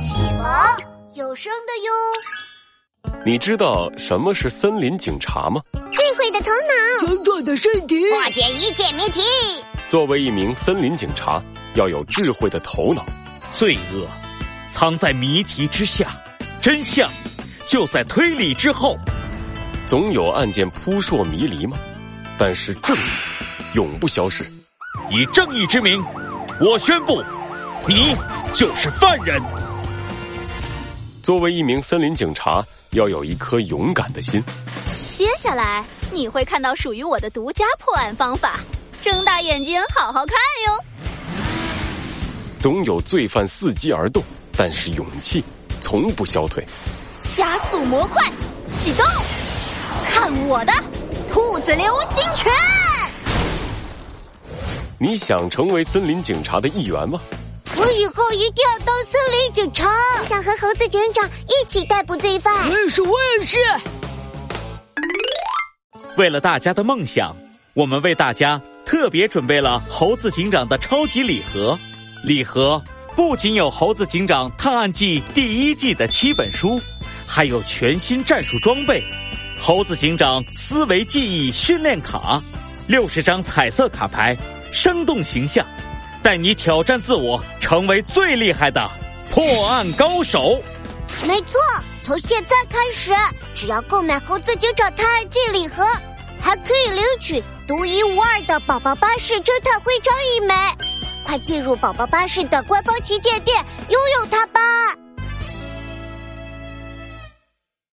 启蒙有声的哟。你知道什么是森林警察吗？智慧的头脑，强壮的身体，破解一切谜题。作为一名森林警察，要有智慧的头脑。罪恶藏在谜题之下，真相就在推理之后。总有案件扑朔迷离吗？但是正义永不消失。以正义之名，我宣布，你就是犯人。作为一名森林警察，要有一颗勇敢的心。接下来你会看到属于我的独家破案方法，睁大眼睛好好看哟。总有罪犯伺机而动，但是勇气从不消退。加速模块启动，看我的兔子流星拳！你想成为森林警察的一员吗？我以后一定要当森林警察，想和猴子警长一起逮捕罪犯。我也是，我也是。为了大家的梦想，我们为大家特别准备了猴子警长的超级礼盒。礼盒不仅有《猴子警长探案记》第一季的七本书，还有全新战术装备——猴子警长思维记忆训练卡，六十张彩色卡牌，生动形象，带你挑战自我，成为最厉害的破案高手。没错，从现在开始，只要购买《猴子警长探案记》礼盒，还可以领取独一无二的宝宝巴士侦探徽章一枚。快进入宝宝巴士的官方旗舰店，拥有它吧！